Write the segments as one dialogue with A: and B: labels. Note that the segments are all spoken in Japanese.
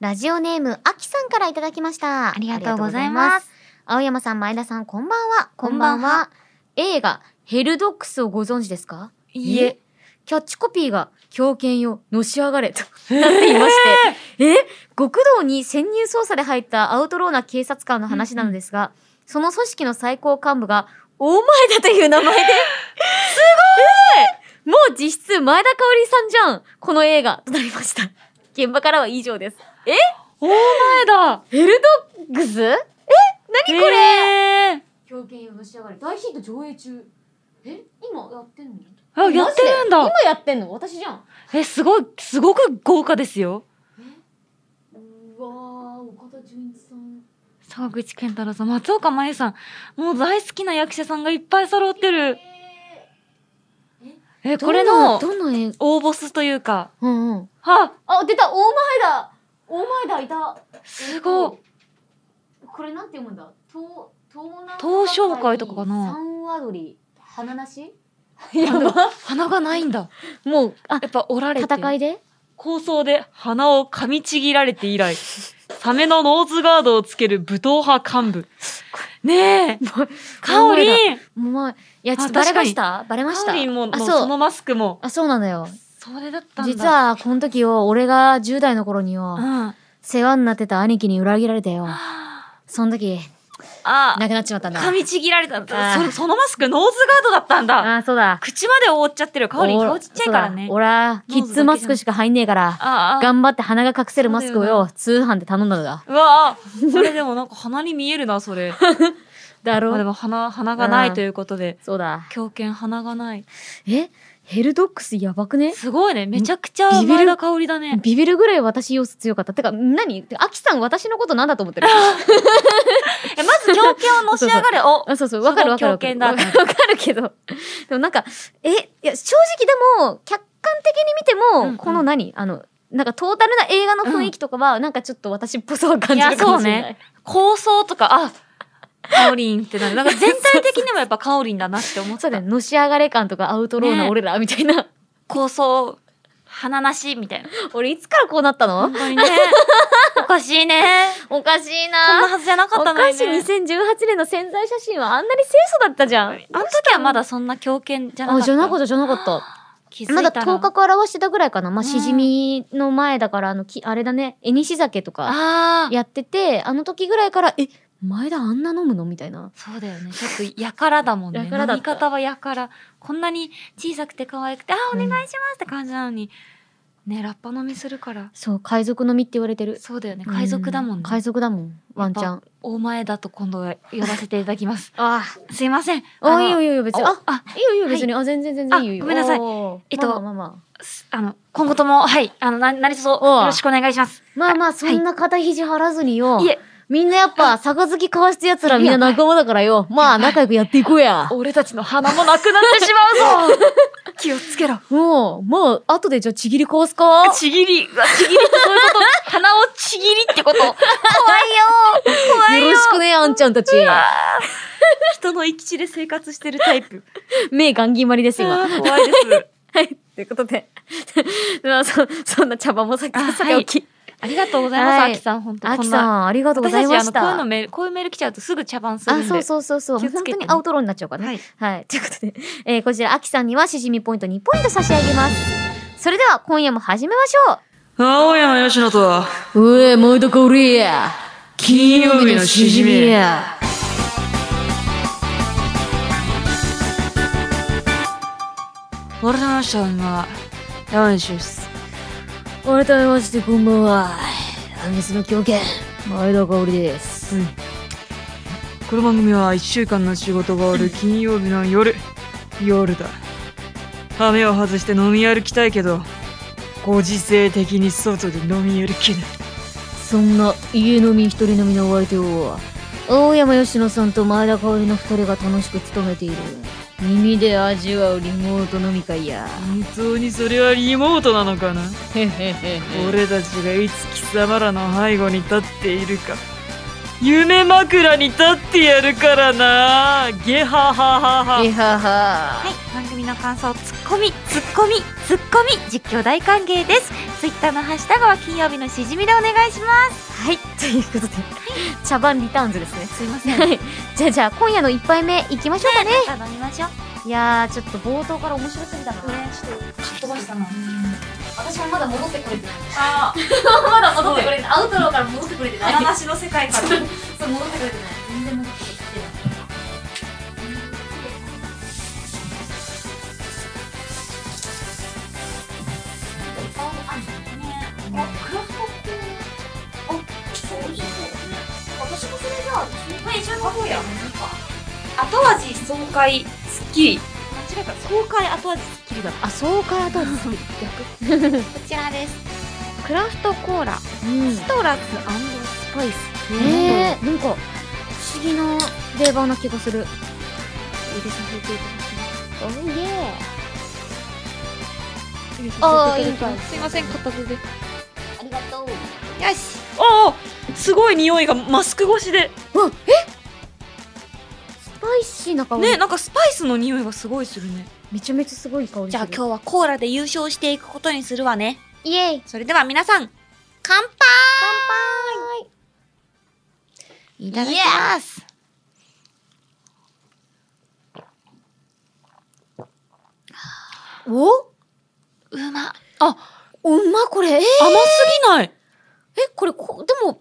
A: ラジオネーム、あきさんからいただきました。
B: ありがとうございます。
A: 青山さん、前田さん、こんばんは。
B: こんばんは。
A: 映画、ヘルドックスをご存知ですか
B: い
A: い
B: え
A: え。キャッチコピーが、狂犬よ、のし上がれ、 となっていまして、え極道に潜入捜査で入ったアウトローな警察官の話なのですが、その組織の最高幹部が、大前田という名前 で、すごいもう実質前田香織さんじゃんこの映画となりました。現場からは以上です。
B: 大前だ
A: ヘルドッグス
B: 何これ、え
A: 狂犬よのし上がれ大ヒット上映中え今やってんの
B: ーあ、やってるん
A: マ
B: だ
A: ジで今やってんの私じゃん
B: え、すごい、すごく豪華ですよ。
A: うわー岡田准一さん
B: 沢口健太郎さん、松岡真由さん、もう大好きな役者さんがいっぱい揃ってる。え、これの
A: どの映画
B: 大ボスというか、
A: うんうん
B: あ、
A: あ出た大前だ大前だいた
B: すごい。
A: これなんて読むんだ東東南
B: 東商会とかかな
A: 三和鳥花なし
B: や
A: ば
B: 鼻がないんだ。
A: もうあ
B: やっぱ折られて。
A: 戦いで
B: 構想で鼻を噛みちぎられて以来、サメのノーズガードをつける武闘派幹部。ねえ、カオリン
A: もうまいいやちょっと
B: あ
A: バレ
B: 確か
A: ま
B: に
A: したバレまし
B: カ
A: た
B: オリンもの
A: あ
B: そ
A: そう
B: のマスクも。
A: あそうなのよ
B: それだったんだ。
A: 実、はこの時よ俺が10代の頃によ
B: うん。
A: 世話になってた兄貴に裏切られたよその時
B: あ、
A: 亡くなっちまったんだ
B: 噛みちぎられたんだ。
A: あー
B: そそのマスクノーズガードだったんだ。
A: ああそうだ
B: 口まで覆っちゃってる。カオリン
A: お
B: 顔ちっちゃいからね
A: そうだ。俺はキッズマスクしか入んねえから
B: ああ。
A: 頑張って鼻が隠せるマスクを
B: そうだよ
A: よ通販で頼んだのだ
B: うわあ、それでもなんか鼻に見えるな、それ。
A: だ
B: まあで
A: ろ
B: も鼻、鼻がないということで。
A: そうだ
B: 狂犬鼻がない。
A: えヘルドックスやばくね
B: すごいね。めちゃくちゃ
A: ビビる
B: 前田香織だね。
A: ビビるぐらい私要素強かったてか何てかアキさん私のことなんだと思ってる
B: え、まず狂犬をのし上がれ。お、
A: あそうそうわかるわかるわか
B: そ
A: る
B: の
A: わ
B: 狂
A: か
B: 犬だ
A: るけどでもなんかえいや正直でも客観的に見ても、
B: うんうん
A: この何あのなんかトータルな映画の雰囲気とかは、なんかちょっと私っぽさを感じ
B: い
A: る
B: や
A: かもしれない
B: そう構想とか、あ、カオリンってなる。なんか全体的にもやっぱカオリンだなって思っ
A: そ
B: た。
A: うだよ、のし上がれ感とかアウトローな
B: ね
A: 俺らみたいな。
B: 構想、鼻なし、みたいな。
A: 俺いつからこうなったの
B: 本当 にね。おかしいね。
A: おかしい
B: こんな
A: な。
B: はずじゃなか
A: お
B: ったの
A: か
B: に、
A: しい
B: ね。
A: 2018年の潜在写真はあんなに清楚だったじゃん。
B: あの時はまだそんな狂犬じゃなか
A: あ、
B: った。
A: じゃなかったじゃなかった。
B: 気づいたら
A: まだ頭角表してたぐらいかな。まあ、
B: うん
A: しじみの前だから、あの、きあれだね、えにし酒とか
B: ああ。
A: やってて、あの時ぐらいから、え、前田あんな飲むのみたいな。
B: そうだよね。ちょっとやからだもんね。
A: やからだ
B: 飲
A: っ
B: み
A: た
B: 方はやから。こんなに小さくて可愛くて、あー、お願いしますって感じなのに。ね、ラッパ飲みするから。
A: そう、海賊飲みって言われてる。
B: そうだよね。海賊だもん
A: う
B: ね。
A: 海賊だもん。ワンちゃ
B: やっ
A: ん。
B: 大前だと今度は呼ばせていただき ます。
A: あ
B: すいません。
A: あ。
B: の
A: いいよいいよ、別に。
B: お
A: あ、
B: あ、
A: いいよいいよ、別に。あ、全然全然いいよいいよ。
B: あごめんなさい
A: おー
B: えっと
A: まあまあまあまあ。
B: すあの、今後とも、はい、あの、な、なりそ
A: お
B: う、
A: う
B: よろしくお願いします。
A: まあまあ、
B: は
A: そ
B: い
A: んな肩肘張らずによ。
B: いえ、
A: みんなやっぱ、杯交わした奴らみんな仲間だからよ。まあ、仲良くやっていこう や。
B: 俺たちの鼻もなくなってしまうぞ 気をつけろ。
A: もう、もう、後でじゃあちぎり交わすか
B: ちぎり、うわちぎりってそういうこと、鼻をちぎりってこと。怖いよ怖いよ
A: よろしくね、あんちゃんたち。
B: あー人の生き血で生活してるタイプ。
A: 目ガンギマリです、今。
B: あ
A: は
B: ー怖いです。
A: い。ということで。 まあ、そ、そんな茶番もさっき
B: あはい
A: 酒置き。
B: ありがとうございます、
A: はい
B: あきさん、本当
A: あき
B: こん
A: さ
B: な。
A: ん、ありがとうご
B: 私
A: ざ
B: た
A: い
B: ち、
A: ま
B: あの、
A: し
B: こういう
A: た。
B: のメール、こういうメール来ちゃうとすぐ茶番するん
A: あ、
B: で。
A: そうそうそうそう。
B: 気をつ
A: 本
B: け
A: 当
B: てね
A: にアウトローになっちゃうからね。
B: はい。
A: はい。ということで、えーこちら、あきさんにはしじみポイント2ポイント差し上げます。それでは、今夜も始めましょう。
C: 青山吉野と
A: うえ、もうどこりや。
C: 金曜日のしじみ
A: や。
C: 俺の話は今山西です
A: 改めまして、こんばんは。アンスの狂犬、前田香織です。
C: この番組は1週間の仕事が終わる金曜日の夜夜だ羽目を外して飲み歩きたいけどご時世的に外で飲み歩けない
A: そんな家飲み一人飲みのお相手を、大山佳乃さんと前田香織の二人が楽しく務めている。耳で味わうリモート飲み会や。
C: 本当にそれはリモートなのかな
A: へへへ
C: 俺たちがいつ貴様らの背後に立っているか夢枕に立ってやるからなゲハハハ
A: は
C: ハ
A: は。
B: はい、番組の感想、ツッコ
D: コミツッコミツッコミ実況大歓迎ですツイッターのハッシュタグは金曜日のしじみでお願いします
A: はい、ということで、茶番リターンズですね。
D: すいま せん
A: はい、じゃあじゃあ今夜の一杯目いきましょうかね。
D: 頼みましょう
A: いやー、ちょっと冒頭から面白すぎたな。
D: ちょっとかっ飛ばしたな
A: 私もまだ戻ってこれてない。
D: あ
A: まだ戻ってこれてない。アウトローから戻ってこれてない。
D: なしの世界から
A: そう、戻ってくれてない。全然戻ってきてない。
D: 後味爽快すっきり間違えた爽快後味すっきりだこ
A: あ、そうからどうです
D: ちらです
E: クラフトコーラ
A: うん
E: ス。トラススパイス
A: ねえ、なんか、不思議なレーバーな気がする。
E: 入れさせていただきます
A: おいえ。
E: ああ
A: ー
E: い
A: い
E: い
A: いか
E: すいません片手で
A: ありがとう。
E: よし
B: ああすごい匂いがマスク越しで
A: わ、えスパイシーな香り。
B: ねなんかスパイスの匂いがすごいするね
A: めちゃめちゃすごい香りする。
D: じゃあ今日はコーラで優勝していくことにするわね
E: イエイ
D: それでは皆さん乾杯乾杯いただきます
A: お
D: うま
A: おんまこれ、えー、え、
B: 甘すぎない
A: これこ、でも、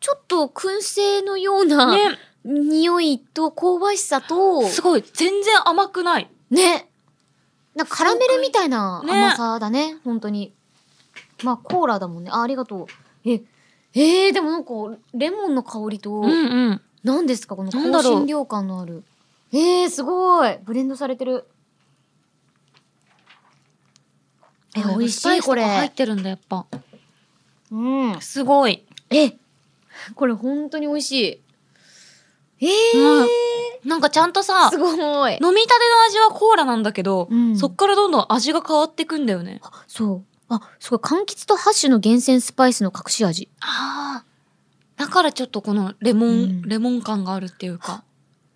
A: ちょっと燻製のような、
B: ね
A: 匂いと香ばしさと、
B: すごい全然甘くない
A: ね。なんかカラメルみたいな
B: そうかいね
A: 甘さだね、本当に。まあ、コーラだもんね。あ、ありがとう。え、えー、でもなんか、レモンの香りと、
B: うん
A: 何ですかこの
B: なん
A: 香
B: だろう
A: 辛料感のある。えー、すごいブレンドされてる。え、美味しい、こ
B: 入っ
A: れ。
B: てるんだやっぱ
A: うん。
B: すごい、
A: え、これ本当に美味しい。えー、
B: うん、なんかちゃんとさ
A: すごい。
B: 飲みたての味はコーラなんだけど、
A: うん
B: そっからどんどん味が変わってくんだよね
A: そう。あ、すごい。柑橘とハッシュの厳選スパイスの隠し味。
B: ああだからちょっとこのレモン、
A: うん
B: レモン感があるっていうか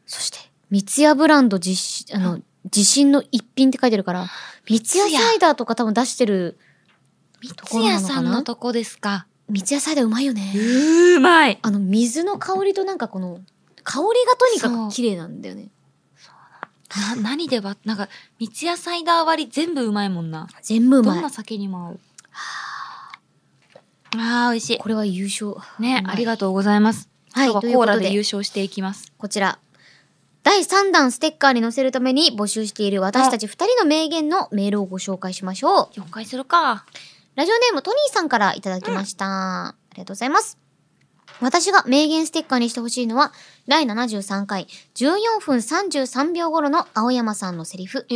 A: そして、三ツ矢ブランド実施、あの、自信の一品って書いてるから、三ツ矢サイダーとか多分出してる、
B: 三
A: ころなのかな
B: さんのとこですか
A: 三ツ矢サイダーうまいよね。
B: うまい
A: あの、水の香りとなんかこの、香りがとにかく綺麗なんだよね。
B: な何ではなんか三ツ矢サイダー割り全部うまいもんな
A: 全部う
B: ど
A: ま。
B: んない酒にも合うあー美味し
A: これは優勝。
B: いね
A: うまい
B: ありがとうございます
A: はい、
B: 今
A: と
B: 日
A: い
B: は
A: う
B: コ
A: こ
B: ーラ
A: と
B: で優
A: で、
B: 勝していきます
A: こちら。第3弾ステッカーに載せるために募集している私たち2人の名言のメールをご紹介しましょう。
B: 了解するか
A: ラジオネームトニーさんからいただきました。ありがとうございます。私が名言ステッカーにしてほしいのは、第73回14分33秒頃の青山さんのセリフ。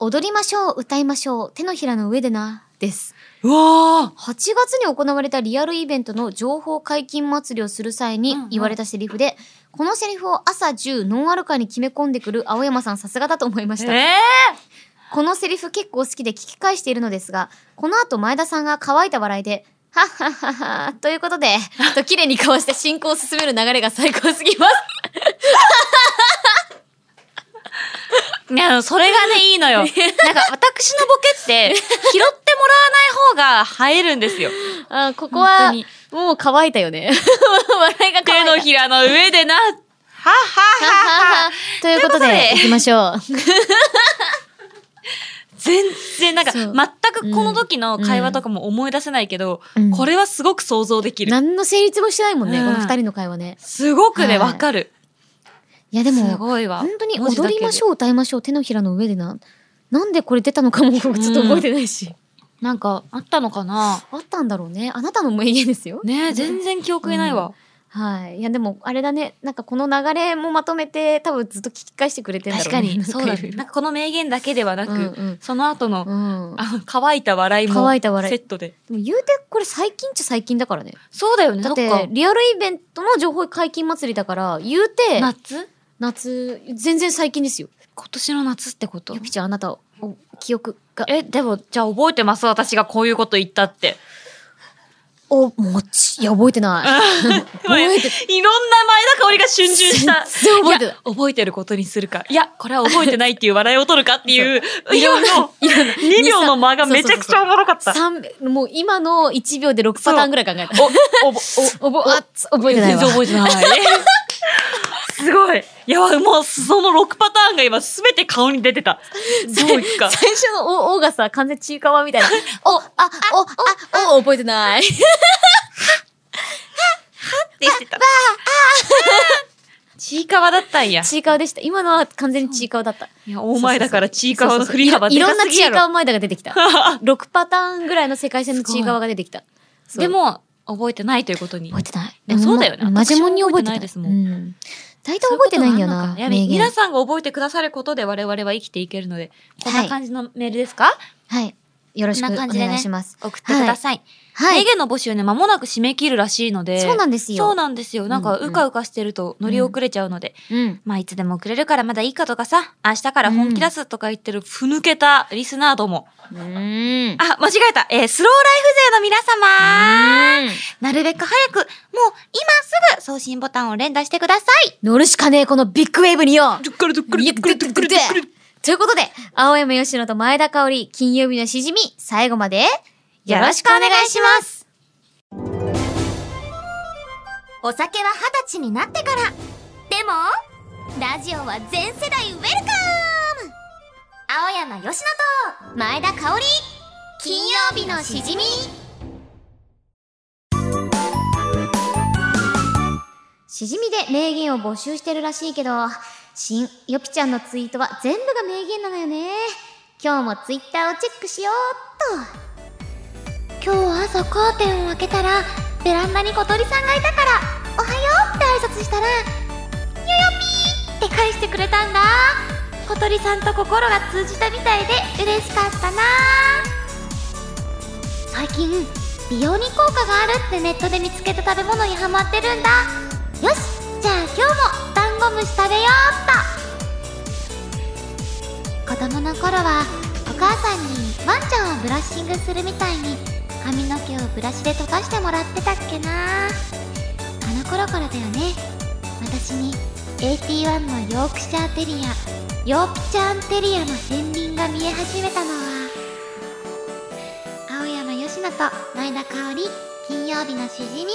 A: 踊りましょう、歌いましょう、手のひらの上でな、です。
B: うわ
A: 8月に行われたリアルイベントの情報解禁祭りをする際に言われたセリフで、このセリフを朝10ノンアルカに決め込んでくる青山さんさすがだと思いまし
B: え
A: た。
B: え
A: このセリフ結構好きで聞き返しているのですが、この後前田さんが乾いた笑いで、はっはっはっは、ということで、と綺麗にかわして進行を進める流れが最高すぎます。
B: いや、それがね、い いのよ。なんか、私のボケって、拾ってもらわない方が映えるんですよ。
A: あここ
B: 本当
A: は、
B: に。
A: もう乾いたよね。笑いが乾
B: 手
A: いた。
B: のひらの上でな、はっはっはっは。
A: ということ
B: と
A: で、
B: いうことで
A: 行きましょう。
B: 全然、なんか、
A: そう
B: 全くこの時の会話とかも思い出せないけど、
A: うん
B: これはすごく想像できる。
A: 何の成立もしてないもんね、
B: うん
A: この二人の会話ね。
B: すごく
A: はい
B: ね、わかる。
A: いやですも、
B: ごいわ。
A: 本当に踊りましょ
B: う。
A: う、歌いましょう、手のひらの上でな。なんでこれ出たの かも僕ちょっと覚えてないし。
B: なんか、あったのかな
A: あったんだろうね。あなたの名言ですよ。
B: ねえ全然記憶にないわ。
A: はい。いや、でも、あれだね。なんか、この流れもまとめて、多分ずっと聞き返してくれてんだろ
B: 確
A: う
B: か
A: ね。
B: に。 そう
A: な
B: だ
A: ん
B: ね。
A: い
B: なんか、この名言だけではな
A: ろいろ
B: く、その後の
A: う、んうん。うん。で
B: あの乾いた笑いも、
A: 乾いた笑い
B: セットで。
A: も、言うて、これ最近っちゃ最近だからね。
B: そうだよね。
A: だっ
B: なんか
A: て、リアルイベントの情報解禁祭りだから、言うて、
B: 夏
A: 夏、全然最近ですよ。
B: 今年の夏ってこと
A: ゆきちゃん、あなた、お記憶が。
B: えでもじゃあ覚えてます私がこういうこと言ったって
A: お、もちいや、覚えてない。 覚えて、
B: いろんな前田香織が春秋した。
A: 全然覚えてない。
B: 覚えてることにするか。いや、これは覚えてないっていう笑いを取るかっ ていう、いろいろ、
A: いや
B: 2秒の間がめちゃくちゃおもろかった。
A: 三もう今の1秒で6パターンぐらい考 えた。
B: お、お、お、
A: おぼあつ覚えてない
B: 全
A: わ
B: 然。覚えてない。すごい。いや、もうその6パターンが今すべて顔に出てた。どうい くか。
A: 最初のお、おがさ、完全中華まみたいな。 お、あ、お、あ、お、覚えてない。
B: でしてた。 ちいかわだったんや。
A: ちいかわでした。今のは完全にちいかわだった。
B: いや、大前だからちいかわの振り
A: そうそ
B: 幅
A: うい
B: で
A: ろいろ
B: か
A: んな
B: すぎ
A: ちい
B: や
A: か
B: ろ。
A: わ前田が出てきた。6パ ターンぐらいの世界線のちいかわが出てきた。そう
B: で、も、覚えてないということに。
A: 覚えてない。
B: でもそうだよね
A: んマジモンに覚えて
B: 私も覚えてな
A: ないい
B: ですもん
A: うん大体覚えてないんだよ
B: そうう
A: な
B: ことがあるのか。やべ
A: 名言
B: 皆さんが覚えてくださることで我々は生きていけるので、こんな感じのメールですか、
A: はい。よろしくお
B: こんな感じでね
A: 願いします。
B: 送ってください。
A: は
B: 名
A: い。
B: 言の募集ね、間もなく締め切るらしいので。
A: そうなんですよ。
B: そうなんですよ。なんか、
A: うんうん
B: うかうかしてると乗り遅れちゃうので、
A: うん。
B: まあ、いつでも遅れるからまだいいかとかさ、明日から本気出すとか言ってる、ふぬけたリスナーども。
A: うん。
B: あ、間違えた。えースローライフ勢の皆様、なるべく早く、もう今すぐ送信ボタンを連打してください
A: 乗るしかねえ、このビッグウェーブによ
B: どっからどっ
A: いやくるくるくるくるということで、青山吉野と前田香織、金曜日のしじみ、最後まで、よろしくお願いします。
F: お酒は二十歳になってからでもラジオは全世代ウェルカム青山佳乃と前田香織金曜日のしじみ
A: しじみで名言を募集してるらしいけど、新、よぴちゃんのツイートは全部が名言なのよね。今日もツイッターをチェックしようっと。
F: 今日朝カーテンを開けたらベランダに小鳥さんがいたから「おはよう」って挨拶したら「よよぴー」って返してくれたんだ小鳥さんと心が通じたみたいで嬉しかったな最近美容に効果があるってネットで見つけた食べ物にハマってるんだよしじゃあ今日もダンゴムシ食べようっと子供の頃はお母さんにワンちゃんをブラッシングするみたいに髪の毛をブラシで溶かしてもらってたっけなあの頃からだよね私に81のヨークシャーテリアヨーピチャンテリアの片鱗が見え始めたのは青山佳乃と前田香織金曜日のしじみ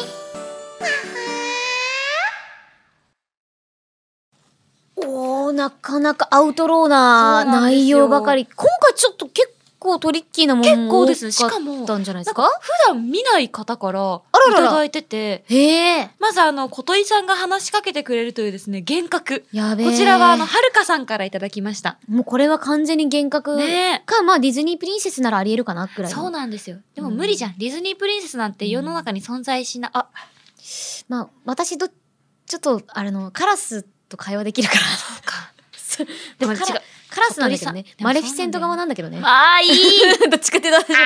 A: おー、なかなかアウトローな
B: そうなんです
A: 内
B: よ
A: 容ばかり。今回ちょっと結構トリッキーなもの
B: 結構ですね。しか
A: も。
B: も、
A: たんじゃないで
B: な
A: す
B: んか
A: か
B: 普段見ない方から
A: ら
B: い
A: らら
B: ただいてて、
A: へえ。
B: まずあの、琴井さんが話しかけてくれるというですね、幻覚。
A: やべえ。
B: こちらはあの、はるかさんからいただきました。
A: もうこれは完全に幻覚。
B: ね
A: か、まあディズニープリンセスならありえるかなくらいの。
B: そうなんですよ。でも無理じゃん。ディズニープリンセスなんて世の中に存在しな、あ、
A: まあ私ど、ちょっと、あれの、カラスと会話できるから。 そう
B: でも
A: カラ
B: 違う
A: カラスなんだけどね
B: 小鳥。さん
A: マレフィセント側なんだけどね。
B: ああ、いい
A: どっちかっていうと私は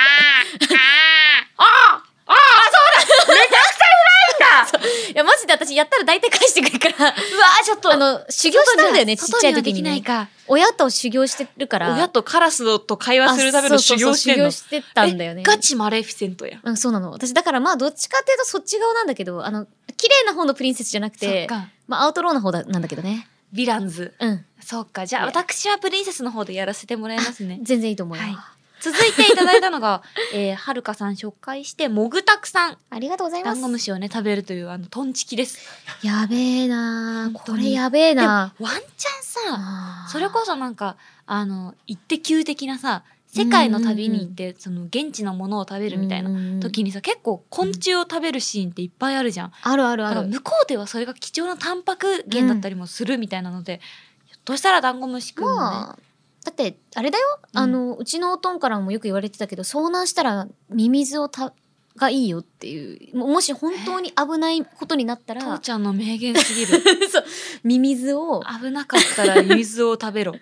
A: いや、マジで私やったら大体返してくるから。
B: うわーちょっと
A: あの、修行したんだよね、ちっちゃい時
B: 外
A: に
B: に
A: ね
B: はでき。ないか。
A: 親と修行してるから。
B: 親とカラスと会話するための
A: あそ
B: 修
A: うそう
B: 行してんの。
A: そう修行してたんだよね
B: え。ガチマレフィセントや。
A: うん、そうなの。私、だからまあ、どっちかっていうとそっち側なんだけど、あの、綺麗な方のプリンセスじゃなく、
B: そってか。
A: まあ、アウトローな方だなんだけどね。
B: ヴィランズ。
A: うん。
B: そっか。じゃあ、
A: ね
B: 私はプリンセスの方でやらせてもらいますね。
A: 全然いいと思うよ。
B: はい続いていただいたのが、えー、はるかさん紹介して、もぐたくさん。
A: ありがとうござい
B: ダ
A: ま
B: ン
A: す
B: ゴ。ムシをね、食べるという、あの、トンチキです。
A: やべえなあ
B: 本当
A: こ
B: に
A: れやべえ
B: でも、
A: な
B: ワンチャンさ、
A: あー
B: それこそなんか、あの、一滴的なさ、世界の旅に行って、その、現地のものを食べるみたいな
A: うんうんうん
B: 時にさ、結構昆虫を食べるシーンっていっぱいあるじゃん。
A: あるある
B: だ
A: あ
B: から
A: る。
B: 向こうではそれが貴重なタンパク源だったりもするみたいなので、ひょっとしたらダンゴムシくんもね、
A: まあ、だって、あれだよ、
B: うん
A: あの、うちのおとんからもよく言われてたけど、遭難したらミミズをた、がいいよっていう。ももし本当に危ないことになった
B: 父
A: ら、
B: ちゃんの名言すぎる
A: そう、ミミズを、
B: 危なかったら水を食べろ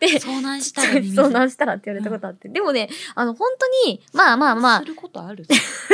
A: で、
D: 遭難したら 耳
A: 遭難したらって言われたことあって。でもね、あの、本当に、まあまあまあ
B: す、ること ある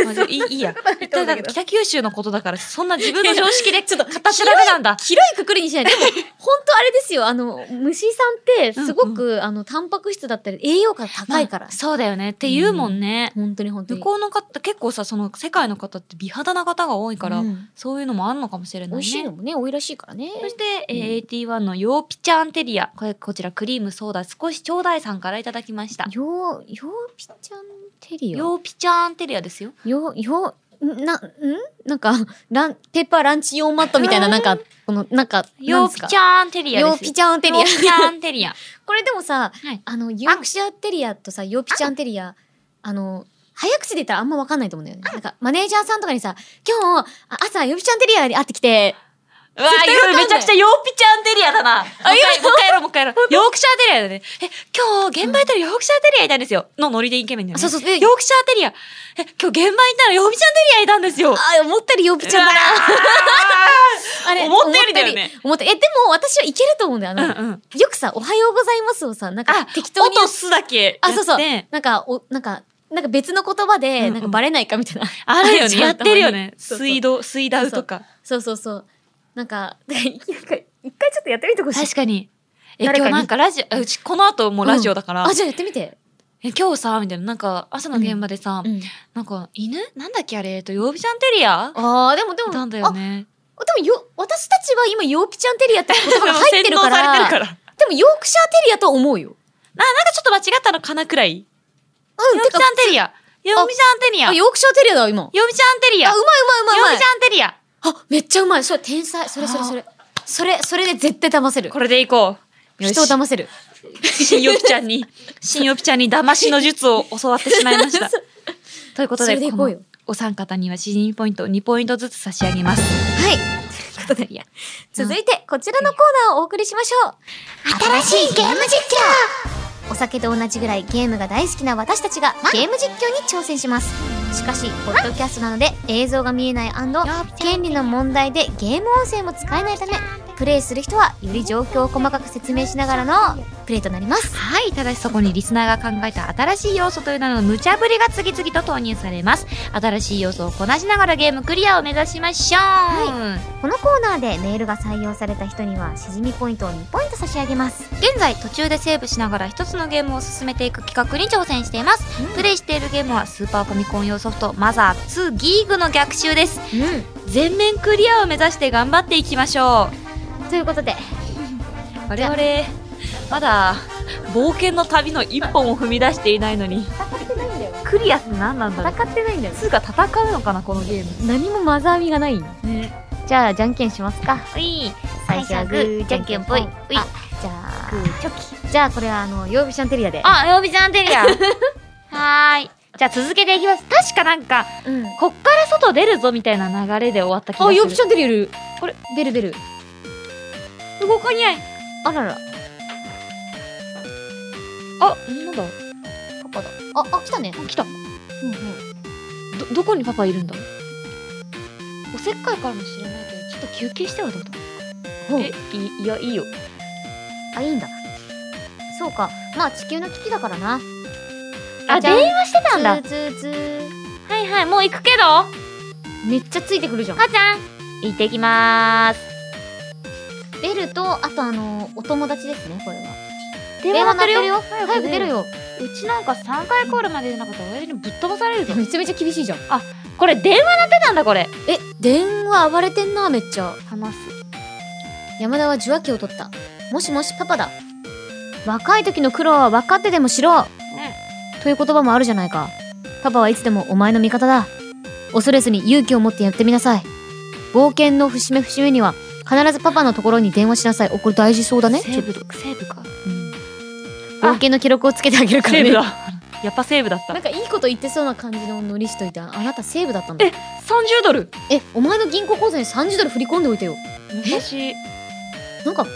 B: まあじゃあいいいいや。
A: 言
B: ただ北九州のことだから、そんな自 分の常識でちょっと語っちゃダメなんだ。
A: 広いくくりにしない。でも、 本当あれですよ。あの、虫さんって、すごく、あの、タンパク質だったり、栄養価が高いから。
B: そうだよね。って言うもんね。
A: 本当に本当
B: 向
A: に。
B: こうの方、結構さ、その世界の方って美肌な方が多いから、
A: うん
B: そういうのもあんのかもしれないね。
A: 美味しいのもね、多いらしいからね。
B: そして、えー、AT1 のヨーピチャンテリア。これ、こちらクリームソーダ少しちょうだいさんからいただきました。
A: よう、ようぴちゃんテリオ。
B: ヨーピチャンテリアですよ。
A: よう、よう、な、んなんか、ラン、ペーパーランチ用マットみたいな、なんか、この、なんか、
B: ヨーピチ
A: ャ
B: ャンテリア
A: よ
B: で
A: う
B: す
A: ぴちゃんテリ
B: ヨ
A: ア
B: ー。ピチャンテリア。
A: これでもさ、
B: はい
A: あの、ユークシャーテリアとさ、ヨーピチャンテリア、あの、早口で言ったらあんまわかんないと思うんだよね。なんか、マネージャーさんとかにさ、今日、あ朝、ヨーピチャンテリアに会ってきて、
B: うわー、めちゃくちゃヨーピチャンテリアだな。もう一回、もう一回やろう、もう一回やろう。ヨークシャーテリアだね。え、今日、現場行ったらヨークシャーテリアいたんですよ。のノリでイケメンだよね。
A: そうそう、で
B: ヨークシャーテリア。え、今日現場行ったらヨーピチャンテリアいたんですよ。
A: あ、思ったよりヨーピチャンだな。 あれ、
B: 思ったよりだよね
A: 思ったより。思ったえ、でも私はいけると思うんだよ。あ
B: う
A: の、
B: んうん。
A: よくさ、おはようございますをさ、なんか
B: あ
A: 適当に
B: 音すだけ。
A: あ、そうそう
B: やって。
A: なんか、お、なんか、なんか別の言葉
B: うんう
A: で、
B: ん
A: なんかバレないかみたいな。
B: あるよ
A: ち
B: ね。
A: ょ
B: や
A: っ
B: っ
A: と
B: てるよね。
A: そうそう
B: 水道、水道とか。
A: そうそうそう。なんか、 なんか一回一回ちょっとやってみてほしい。
B: 確かに。え、今
A: 誰
B: 日
A: かに
B: なんかラジオ、あうちこの後もうラジオだから
A: あ、、じゃあやってみて。
B: え、今日さ、みたいな、なんか朝の現場でさ
A: う、ん。
B: なんか犬なんだっけあれえっと、ヨーピチャンテリア
A: ああ、でもでも、
B: なんだよ
A: あ、
B: ね。
A: でもよ、私たちは今、ヨーピちゃんテリアって言葉が
B: でも
A: 入ってるから、
B: 洗脳されてるから。
A: でもヨークシャーテリアとは思うよ。
B: なんかちょっと間違ったのかなくらい。
A: うん、
B: ヨー
A: て
B: ピちゃ
A: か
B: ん、テリア。ヨーピちゃんテリア。
A: あ
B: ヨ
A: ヨークシャーテリアだわ、今。あ、う
B: ーピちゃんテリア。
A: まい
B: ヨー
A: うまいうまい
B: ピ
A: う
B: ちゃんテリア。
A: まい。あ、めっちゃうまい。それ天才。それそれそれ。それ、それで絶対騙せる
B: こ。れでいこう。
A: 人を騙せる。
B: 新ヨピちゃんに、新ヨピちゃんに騙しの術を教わってしまい ました。ということ
A: そ
B: で、
A: れでいこ
B: こ
A: う
B: の
A: よ。
B: お三方にはシ人ポイント2ポイントずつ差し上げます。
A: はい。ということで、 続いてこちらのコーナーをお送りしましょう。
F: 新しいゲーム実況
A: お酒と同じぐらいゲームが大好きな私たちがゲーム実況に挑戦しますしかしポッドキャストなので映像が見えない権利の問題でゲーム音声も使えないためプレイする人はより状況を細かく説明しながらのプレイとなります
B: はい。ただしそこにリスナーが考えた新しい要素という名の無茶ぶりが次々と投入されます。新しい要素をこなしながらゲームクリアを目指しましょう。
A: このコーナーでメールが採用された人にはしじみポイントを2ポイント差し上げます
B: 現在途中でセーブしながら一つのゲームを進めていく企画に挑戦しています、プレイしているゲームはスーパーファミコン用ソフトマザー2ギーグの逆襲です
A: う
B: 全面クリアを目指して頑張っていきましょ
A: んということで
B: う我々まだ冒険の旅の一本を踏み出していないのに
A: 戦ってないんだよ
B: クリアって何なんだろう
A: 戦ってないんだよ
B: 2が戦うのかなこのゲーム
A: 何もマザーみがないじゃあじゃんけんしますか
B: はい
A: 最初はグーじゃんけんぽい
B: い
A: あじゃあグーチョキじゃあこれはあの曜日シャンテリアで
B: あ曜日ちゃんテ リアはーいじゃあ続けていきます確かなんか
A: うん
B: こっから外出るぞみたいな流れで終わった気が
A: あ、
B: する
A: 予備シャンテリアいる。
B: これ、
A: ベルベル。
B: 動かにゃい
A: あらら、
B: あ、なんだ
A: パパだ。あ、あ、来たね。
B: あ来た。
A: うんうん。
B: ど、どこにパパいるんだおせっかいかもしれないけど、ちょっと休憩してはどうだ
A: ほう
B: え、い、いや、いいよ。
A: あ、いいんだ。そうか。まあ、地球の危機だからな。
B: あ、
A: じゃん
B: 電話してたんだ。
A: ツーツーツ
B: はいはい、もう行くけど。母
A: ーめっちゃついてくるじゃん。
B: ちゃん、行ってきまーす。
A: ベルと、あとあのお友達ですね、これは。
B: 電
A: 電話
B: 話
A: 鳴
B: 鳴
A: っる
B: っててるよ。
A: よ。
B: 早く
A: 早く出るよ。
B: うちなんか3回コールまで出なかったら親父にぶっ飛ばされるぞ。
A: めちゃめちゃ厳しいじゃん。
B: これ電話鳴ってたんだ、これ。
A: え、電話暴れてんな、めっちゃ。
B: 話す。
A: 山田は受話器を取った。もしもし、パパだ。若い時の苦労は分かってでもしろ、という言葉もあるじゃないか。パパはいつでもお前の味方だ。恐れずに勇気を持ってやってみなさい。冒険の節目節目には、必ずパパのところに電話しなさい。お、これ大事そうだね。
B: セーブと、セーブか。
A: 冒険の記録をつけてあげるから
B: セー
A: ね
B: ブ。だ。やっぱセーブだっ た。
A: なんかいいこと言ってそうな感じのノリしといた。あなたセーブだったんだ。
B: え30ドル。
A: え、お前の銀行口座に30ドル振り込んでおいてよ。
B: 昔。
A: なんか、こ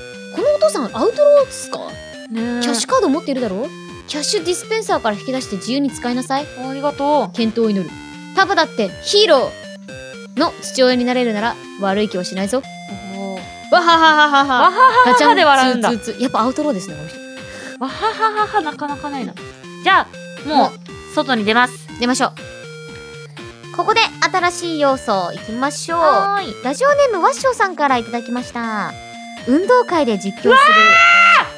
A: のお父さんアウトローですか
B: ね
A: キャッシュカード持っているだろキャッシュディスペンサーから引き出して自由に使いなさい。
B: ありがとう。
A: 健闘を祈る。パパだってヒーローの父親になれるなら悪い気はしないぞ。
B: おー
A: わははははは。
B: わははは
A: ガチャン
B: で笑うんだ
A: ツーツーツーやっぱアウトローですね、この人。
B: わはははは、なかなかないな。じゃあ、もう、外に出ます。
F: 出ましょう。ここで新しい要素いきましょう。
G: はーい
F: ラジオネームワッショーさんからいただきました。運動会で実況する。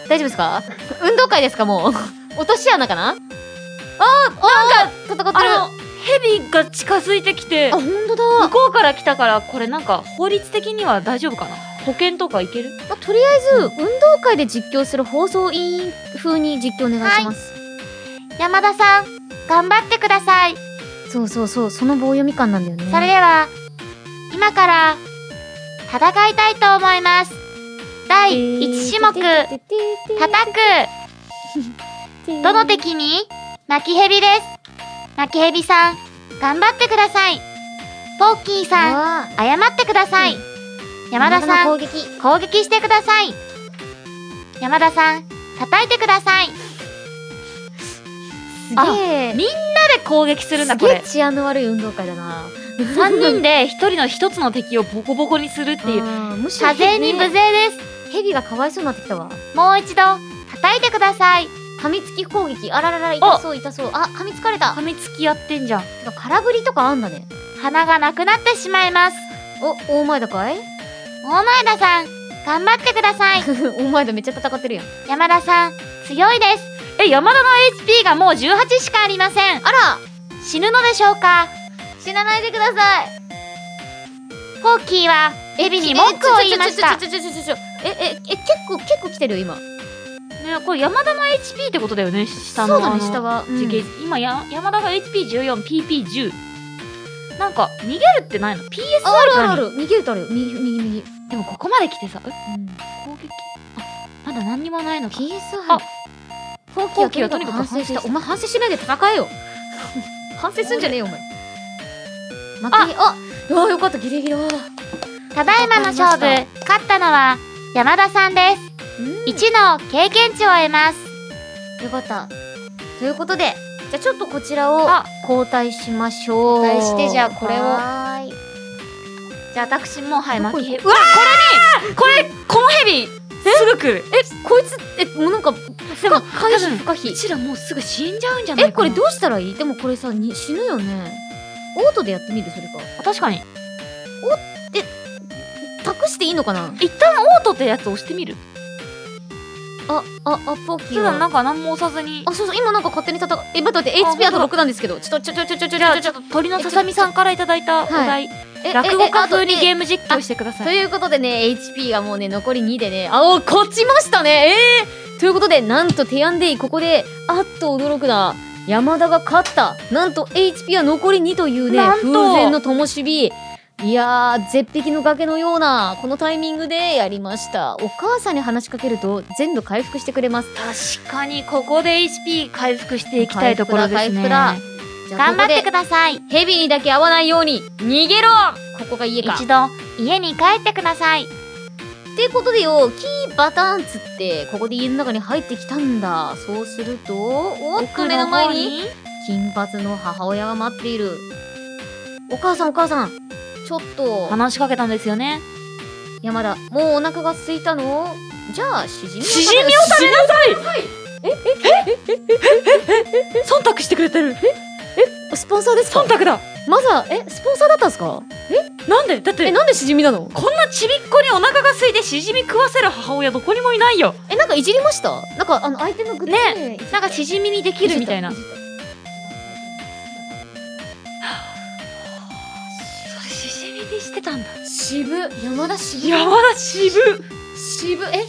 F: 大丈夫ですか運動会です かもう。落とし穴かなあーなんか戦ってる。
B: あの、ヘビが近づいてきて、
F: あ、ほ
B: 向
F: んとだ。
B: こうから来たから、これなんか法律的には大丈夫かな保険とかいける
F: まあとりあえず、運動会で実況する放送委員風に実況お願いします。
A: 山田さん、頑張ってください。
F: そうそうそう、その棒読み感なんだよね。
A: それでは、今から、戦いたいと思います。第1種目、叩く、どの敵に泣き蛇です。泣き蛇さん、頑張ってください。ポッキーさん、
F: は、
A: 謝ってください。山田さん、
F: 山田の攻撃。
A: 攻撃してください山田さん叩いてください
F: すげえ。
B: で攻撃するんだ、こ
F: すげえ
B: れ。
F: 治安の悪い運動会だな。
B: 3人で1人の1つの敵をボコボコにするっていう。
F: あーむしろ
A: 風に無勢
F: ヘビね
A: です
F: ヘビがかわいそうになってきたわ。
A: もう一度叩いてください
F: 噛みつき攻撃。あららら、痛そう痛そう。あ、噛みつかれた。
B: 噛みつきやってんじゃん。
F: てか空振りとかあんだね。
A: 花がなくなってしまいます
F: お、大前田かい
A: 大前田さん頑張ってくだ さい
F: 大前田めっちゃ戦ってるやん。
A: 山田さん強いです
B: え、山田の
A: HP がもう18しかありませんあら死ぬのでしょうか死なないでくださいポッキーはエビに文句を言いました
F: ちょちょちょちょちょちょちょちょえ、え、え、結構、結構来てるよ、今。
B: ね、これ山田の HP ってことだよね、下の。
F: そうだ
B: あ
F: ね、
B: の
F: 下は。うん
B: 時系今や山田が HP14、PP10。なんか、逃げるってないの ?PSR
F: ああるあるあ
B: って
F: る。逃げるとあるよ。右、右、右。
B: 何でもここまで来てさ、え攻撃あ、まだ何にもないのか。
F: PSR。
B: あ
F: 放
B: 放
F: 棄
B: 棄
F: は
B: はと
F: とに
B: に
F: か
B: かく反
F: く反省
B: 省
F: し。
B: したた
F: お前反省しないで戦えよ。反省すんじゃねえよ、お前。負け、あああ、よかった、ギリギリ。あー
A: ただいまの勝負
F: わか
A: 勝ったのは山田さんです
F: うん
A: 1の経験値を得ます
F: よかった。ということで、じゃあちょっとこちらを
B: あ
F: 交代しましょう。
B: 交代してじゃあこれを
F: はーい。
B: じゃあ私も、はい、負
F: こ
B: け
F: い
B: ヘビ。うわこれにこれ、このヘビ、すぐ来る。
F: え、こいつ、え、もうなんか、
B: でも、
F: 回避不可
B: う
F: 避。
B: ちらもうすぐ死んじゃうんじゃないか
F: え、
B: な
F: これどうしたらいいでもこれさ、に死ぬよね。オートでやってみる、それか。
B: あ確かに。
F: 託していいのかな
B: 一旦オートってやつ押してみる。
F: あ、あ、あ、ポッキ
B: 普
F: ー
B: 段
F: は。
B: なんか何も押さずに。
F: あ、そうそう、今なんか勝手に戦え、待って待って、
B: あ
F: HP あと
B: 本当
F: 6なんですけど。ちょっと、ちょ、ちょ、ちょ、ちょ、ちょ、
B: じゃあ、
F: ち
B: ち
F: ょ
B: ょっと鳥のささみさんからいただいたお題、
F: え、
B: 落語家風にゲ
F: ー
B: ーム実況してくだ
F: と
B: さい。
F: いうことでね、HP がもうね、残り2でね、あ、お、勝ちましたねえー、ということで、なんとテアンデイ、ここで、あっと驚くな。山田が勝った。なんと HP は残り2というね、
B: なん
F: 風
B: と
F: 前の灯火。いやー、絶壁の崖のような、このタイミングでやりました。お母さんに話しかけると、全部回復してくれます。
B: 確かに、ここで HP 回復していきたいところですね。
F: 回
A: 頑張ってく
F: だ
A: ださい
F: ヘビにだけ会わないように、逃げろここが家か。
A: 一度家に帰ってください
F: ってことでよ、キーパターンツって、ここで家の中に入ってきたんだ。そうすると、おっと目の前に、金髪の母親が待っている。お母さんお母さん、ちょっと、
B: 話しかけたんですよね。
F: 山田、もうお腹が空いたのじゃあ、しじみを
B: しじみを食べなさいええええええ忖度してくれてる。
F: べスポンサーですか
B: 忖度だ
F: まずは、え、スポンサーだったんですか
B: なんでだっ
F: え、
B: て、
F: なんでしじみなの
B: こんなちびっこにお腹が空いてしじみ食わせる母親どこにもいないよ。
F: え、なんかいじりましたなんか、あの、相手のグッズね、
B: なんかしじみにできるみたいな。
F: い
B: そ
F: じった
B: れしじみにしてたんだ。
F: 渋、山田しじみ。
B: やばだ、渋びっ
F: 渋、え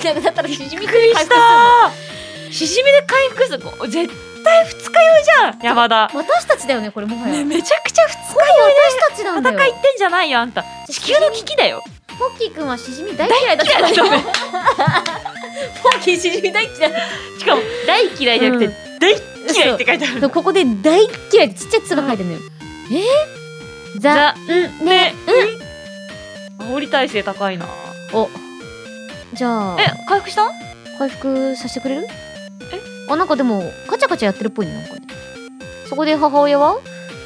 F: ?HP なくなったらしじみ
B: くりしたしじみで回復する。こ絶対二日酔いじゃん山田。
F: 私たちだよねこれもはや、
B: ね、めちゃくちゃ二日
F: 私たちなんだ
B: 戦
F: よ
B: いってんじゃないよあんた地球の危機だよ
F: ポッキーくんはしじみ大嫌いだったからねポッキーしじみ大嫌い
B: しかも大嫌いじゃ なくて、
F: うん
B: 大嫌いって書いてある
F: ここで大嫌いってちっちゃいつば書いてんのよ、えー、ザ
B: ザ・んねうん煽り耐性高いな
F: おじゃあ
B: え回復した
F: 回復させてくれるあなんかでもガチャガチャやってるっぽいねなんかねそこで母親は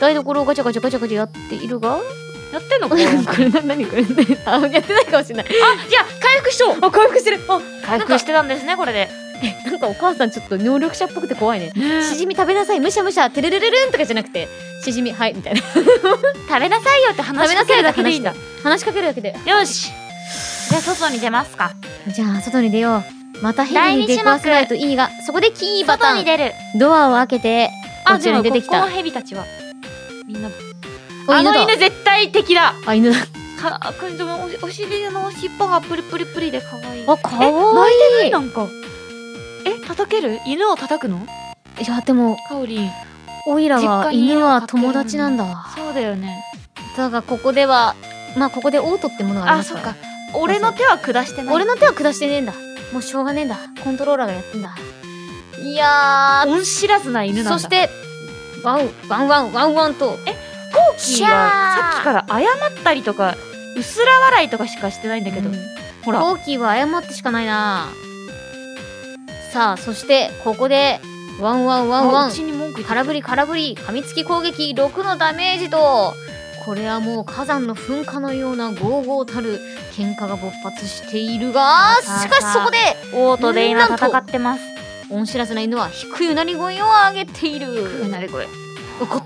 F: 台所をガチャガチャガチャガチャやっているがこ
B: やってんのこれ
F: れ
B: あじゃあ
F: な何これあやってないかもしれない
B: 回復しよう
F: あ回復してるあ
B: 回復してたんですねこれで
F: なんかお母さんちょっと能力者っぽくて怖いね。しじみ食べなさい、むしゃむしゃ、てるるるるんとかじゃなくて、しじみ、はい、みたいな。食
B: 食べなさいよって話
F: べ
B: し
F: な
B: かけ
F: さい
B: る
F: だ
B: だ
F: け
B: け
F: で
B: で
F: い
B: い
F: い
B: い
F: ん
B: ん
F: だ
B: だ。
F: 話しかけるだけで。
B: よしじゃあ外に出ますか
F: じゃあ、外に出よう。また変に出くわせないといいが、そこでキーパタ
B: 外に
F: ーン。
B: 出る
F: ドアを開けて、こ
B: あ
F: ち
B: で
F: ら
B: も
F: に出
B: こ
F: てき
B: こ
F: た
B: の。ヘビたちはみんな
F: お
B: あ
F: 犬
B: の
F: だ
B: 犬。絶対敵だ
F: あ、犬だ。
B: かあこれでもおお尻の尻尾がプリプリプリで可愛い
F: あ、かわい
B: え
F: い。
B: なんかえ叩ける犬を叩くの
F: いや、でも、
B: カオリン
F: オイラは
B: 実家に
F: 犬は
B: 飼ってるの
F: 友
B: に
F: 達なんだ。
B: そうだよね
F: だが、ここでは、まあ、ここでオートってものがあり
B: あ
F: ます
B: そ
F: か
B: っ
F: ら。
B: か俺の手は下してない
F: 俺の手は下してねえんだもうしょうがねえんだコントローラーがやってんだいや
B: 恩知らずな犬
F: ー
B: なんだ
F: そしてワンワンワンワンワンと
B: コーキーはさっきから謝ったりとかうすら笑いとかしかしてないんだけど、
F: うん
B: ほら
F: コーキーは謝ってしかないなさあそしてここでワンワンワンワ
B: う
F: ン
B: ちに文句言って
F: 空振り空振り噛みつき攻撃6のダメージとこれはもう火山の噴火のような豪々たる喧嘩が勃発しているが
B: さあ
F: しかしそこで
B: オートで今
F: なんと
B: 戦ってます
F: 恩知らずな犬は低いうなり声を上げている
B: うなり声
F: 怒っ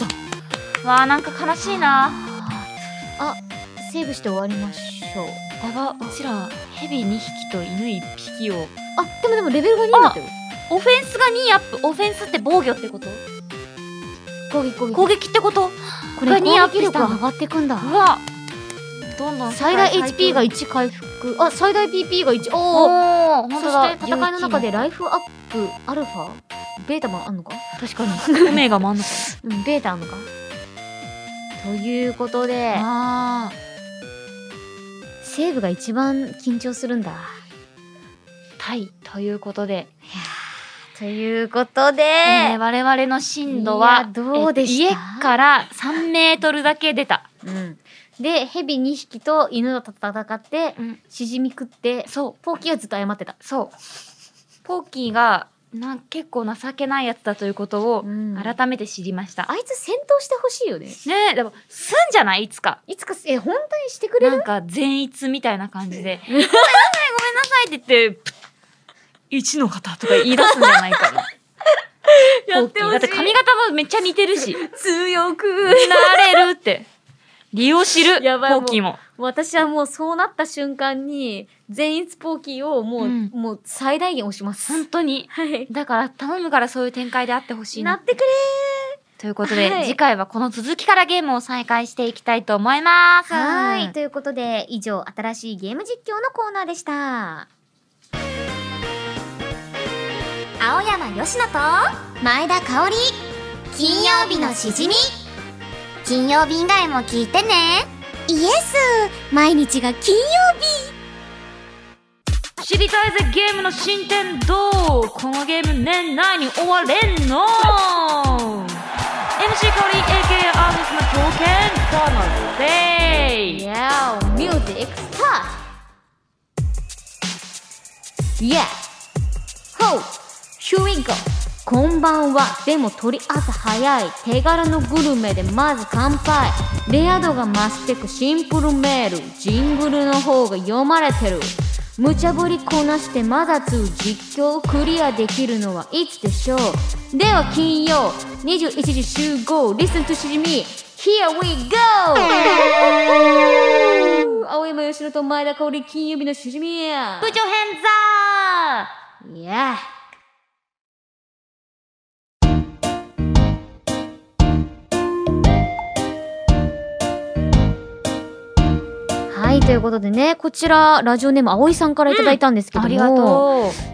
F: た
B: わあなんか悲しいな
F: あセーブして終わりましょう
B: やばうちらヘビ2匹と犬1匹を
F: あでもでもレベルが2になってる
B: オフェンスが2アップオフェンスって防御ってこと
F: 攻撃攻撃
B: 攻撃ってこと
F: これ
B: が二アッ
F: 攻
B: プ
F: 撃
B: し
F: 力
B: た
F: が上がっていくんだ
B: うわどんどん
F: 最大 HP が1回復あ最大 PP が
B: お
F: 1おお
B: おー
F: そ
B: 本当だ
F: して戦いの中でライフアップアルファベータもあんのか
B: 確かにオメガもあんのか
F: うんベータあんのかということで
B: なあー
F: セーブが一番緊張するんだ
B: 対ということで、
F: ということで、
B: えー我々の進度はい
F: やどうでした
B: えっと家から3メートルだけ出た
F: うん、でヘビ2匹と犬と戦って、
B: うん
F: シジミ食って
B: そう
F: ポーキーはずっと謝ってた
B: そうポーキーがなん結構情けないやつだということを
F: うん
B: 改めて知りました、
F: あいつ戦闘してほしいよね。
B: ねえでもすんじゃないいつか
F: いつか、え、本当にしてくれ
B: な
F: る
B: んか善逸みたいな感じ で「ごめんなさいごめんなさい」って言って「一の方」とか言い出すんじゃないかな
F: やってほしい
B: だって髪型もめっちゃ似てるし
F: 強く。
B: なれるって理を知るポ
F: やばいもう
B: ーキーも
F: 私はもうそうなった瞬間に、全員ポーキーをもう、
B: うん
F: もう最大限押します。
B: 本当に
F: はい。
B: だから頼むからそういう展開であってほしい
F: な
B: な
F: ってくれ
B: ということで、
F: はい
B: 次回はこの続きからゲームを再開していきたいと思います
F: ーはい。ということで、以上、新しいゲーム実況のコーナーでした。
H: 青山よしのと前田香織金曜日のしじみ金曜日以外も聞いてねイエス毎日が金曜日
B: 知りたいぜゲームの進展どうこのゲーム年内に終われんの MC 香り AKA アーティスの狂犬どうもぜ
F: Yeah, music start! Yeah! Ho! Here we go! こんばんは。でもとりあえず早い。手柄のグルメでまず乾杯。レア度が増してくシンプルメール。ジングルの方が読まれてる。無茶ぶり こなしてまだつう実況をクリアできるのはいつでしょうでは金曜21時集合 Listen to しじみ Here we go! 青山吉野と前田香織金曜日のしじみや
B: 部長編ザ
F: いやはい、ということでね、こちら、ラジオネーム、葵さんからいただいたんですけども、
B: ありがとう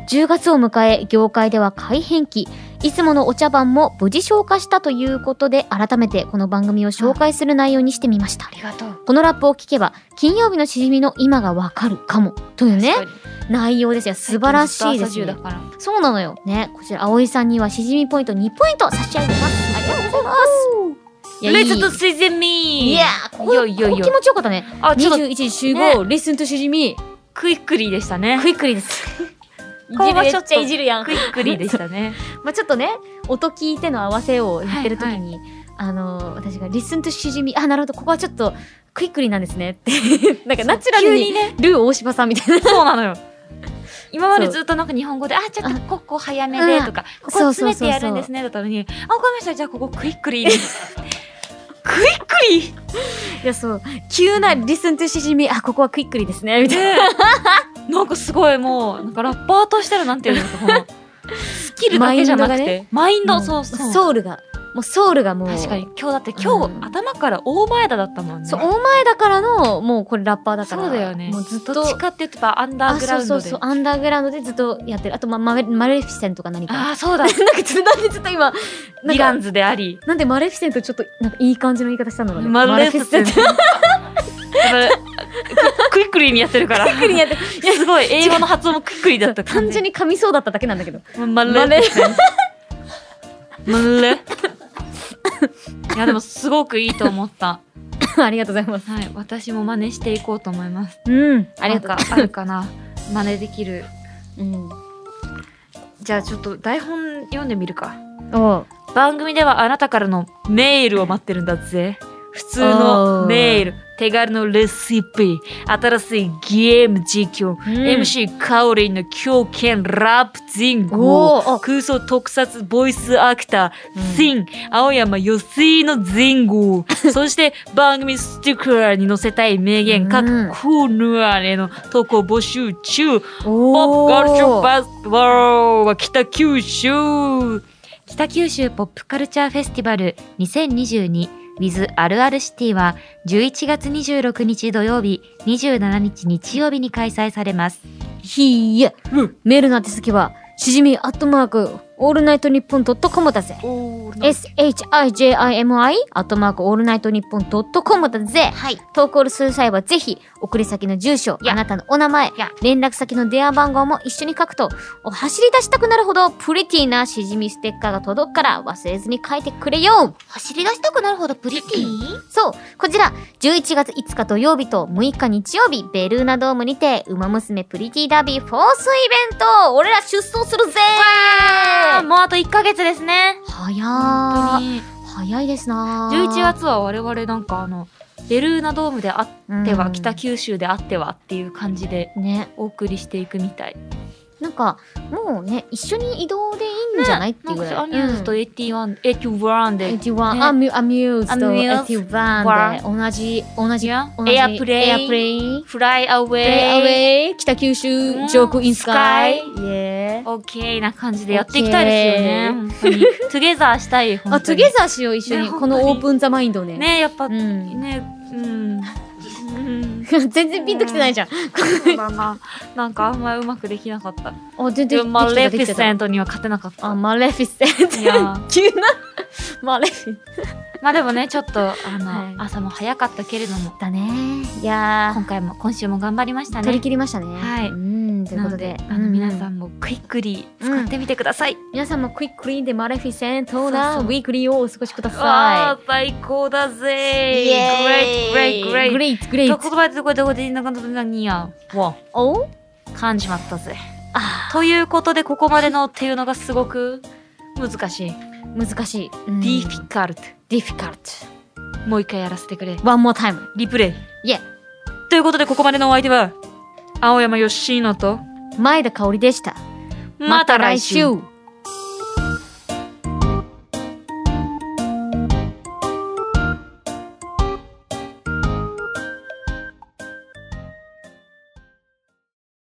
F: 10月を迎え業界では改変期いつものお茶番も無事消化したということで改めてこの番組を紹介する内容にしてみました
B: ありがとう
F: このラップを聞けば金曜日のしじみの今がわかるかもというね
B: 確かに
F: 内容ですよ素晴らしいです
B: 最近ずっと朝
F: ね
B: 中だから
F: そうなのよねこちら葵さんにはしじみポイント2ポイント差し上げますありがとうございますいや
B: レ
F: い
B: ッツと
F: い
B: スイゼンミ
F: い
B: ー
F: やーここ
B: いやいやいや
F: ここ気持ちよかったね
B: あちょっと
F: 21時集合、レッスンとしじみ
B: クイックリーでしたね
F: クイックリです い
B: こ
F: じ
B: こが
F: るめっ
B: ちょっと
F: ちゃいじるやん
B: クイックリーでしたね
F: まあ、ちょっとね音聞いての合わせを言ってる時に、あの私が「リスンとしじみ」あなるほどここはちょっと クイックリなんですねってなんかナチュラル
B: 急に
F: に
B: ね
F: ルー大柴さんみたいな
B: そうなのよ今までずっとなんか日本語で、あ、ちょっとここ早めでとか、ここ詰めてやるんですねだったのに、あ、ごめんなさい、じゃあここクイックリです。クイックリ
A: いや、そう。急なリスンとしじみ、あ、ここはクイックリですね、みたいな。
B: ねえなんかすごいもう、なんかラッパーとしてのなんていうのか、この、スキルだけじゃなくて、マインド,、
A: うん
B: そうそう。
A: ソウルが。もうソウルがもう。
B: 確かに。今日だって今日、
A: うん
B: 頭から大前田だったもんね。
A: そう、大前だからの、もうこれラッパーだから。
B: そうだよね
A: もうずっと。
B: どっちかって言えばアンダー
A: あ、
B: グラ
A: そう
B: ウン
A: そ
B: ド
A: う
B: で。
A: そう、アンダーグラウンドでずっとやってる。あと、ま、マレマレフィセントか何か。
B: ああ、そうだ。ヴ
A: なんかちょっと、なんでちょっと今、なん
B: ィラン
A: か、
B: ズであり。
A: なんでマレフィセントちょっと、なんかいい感じの言い方したのかね。
I: マレフィセン
A: マレフィセント。
I: ト。
B: やっぱククイックリにやってるから。クイックリにやってすごい、英語の発音もクイックリだった感
A: 単
B: じ。
A: 純に噛みそうだっただけなんだけど。
I: マレ
A: マレ
I: マレ
B: いや、でもすごくいいと思った。
A: ありがとうございます。
B: はい。私も真似していこうと思います。
A: うん。
B: ありがとう。あるかな。真似できる。
A: うん。
B: じゃあちょっと台本読んでみるか。
A: おう。
B: 番組ではあなたからのメールを待ってるんだぜ。普通のメール、手軽のレシピ、新しいゲーム実況、MC カオリンの狂犬ラップ人号、
A: おーあ
B: 空想特撮ボイスアクター、シン、青山よしの人 号、そして番組スティッカーに載せたい名
A: うん
B: 言、各コーナーへの投稿募集中、ポッ
A: お
B: プカルチャー
A: ー
B: バスケットボールは北九州北九州ポップカルチャーフェスティバル 2022with あるあるシティは11月26日土曜日27日日曜日に開催されます
A: ひいや、メールの宛先は、しじみアットマーク、オールナイトニッポンドットコムだぜ。shijimi アットマークオールナイトニッポンドットコムだぜ。
F: はい。
A: 投稿する際はぜひ、送り先の住所、
B: や
A: あなたのお名前
B: や、
A: 連絡先の電話番号も一緒に書くと、お走り出したくなるほどプリティなしじみステッカーが届くから忘れずに書いてくれよ
F: 走り出したくなるほどプリティ
A: そう、こちら、11月5日土曜日と6日日曜日、ベルーナドームにて、ウマ娘プリティダービーフォースイベント俺ら出走するぜ
B: あもうあと1ヶ月ですね
A: 早ー。
B: 本当に
A: 早いですなー
B: 11月は我々なんかあのベルーナドームであっては、北九州であってはっていう感じで
A: うんね、
B: お送りしていくみたい
A: なんか、もうね、一緒に移動でいいんじゃない、っていうぐらい。
B: なんかアミューズと
A: うん
B: 81、81で
A: 81
B: ね
A: アミュアミューズと
B: Amuse
A: 81で同じ、同じ、
B: Yeah
A: 同じ
B: エアプレイ
A: エアプレイ。
B: フライアウェイ。
A: エアウェイ、北九
B: う
A: 州、
B: ん
A: 上空インスカイ。イ
B: ス
A: エーイ。
B: オッケーな感じでやっていきたいですよね。本当に トゥゲザーしたい。
A: あ、トゥゲ
B: ザ
A: ザーしよう、一緒に。
B: ね
A: この
B: 本当
A: オ
B: に
A: ープンザマインドをね。
B: ねやっぱ、
A: うん
B: ね、うん。うん、
A: 全然ピンときてないじゃん。
B: そうだな。なんかあんまうまくできなかった。
A: あ、全
B: でも
A: 然
B: マレ
A: で
B: フ
A: き
B: ィ
A: て
B: セ
A: た。
B: ントには勝てなかった。
A: あ、
B: ま
A: マレフィセント。
B: いやー
A: 急な。マレフィ
B: あでもね、ちょっと、あの、
A: はい
B: 朝も早かったけれども、
A: だね。いや
B: 今回も、今週も頑張りました
A: ー、取り
B: ね。
A: 切りましたね。
B: はい
A: うん、という
B: な
A: こと
B: の
A: で
B: で、、あの、皆
A: う
B: さ
A: ん。
B: んもクイックリ使ってみてください。
A: 皆さんもクイックリーンでマレフィセントな
B: そ
A: ウ
B: うそう
A: ィークリーをお過ごしくだ
B: わ
A: さ
B: ー、最高だぜ
A: イエーイ
B: !Great, great,
A: い。
B: great!
A: グレイツ、グレイ
B: ど
A: ツ
B: こ。までどこでどこでなかなか何やわ
A: お
B: 感じまったぜ
A: あ
B: ということでここまでのっていうのがすごく難しい、
A: ー難しい。
B: ディ
A: ィ
B: フィカルト
A: ディフィカルト。
B: もう一回やらせてくれ
A: ワンモータイム。
B: リプレイ
A: イエ
B: ということでここまでのお相手は青山よしのと
A: 前田香織でした。
B: また来週
A: また来週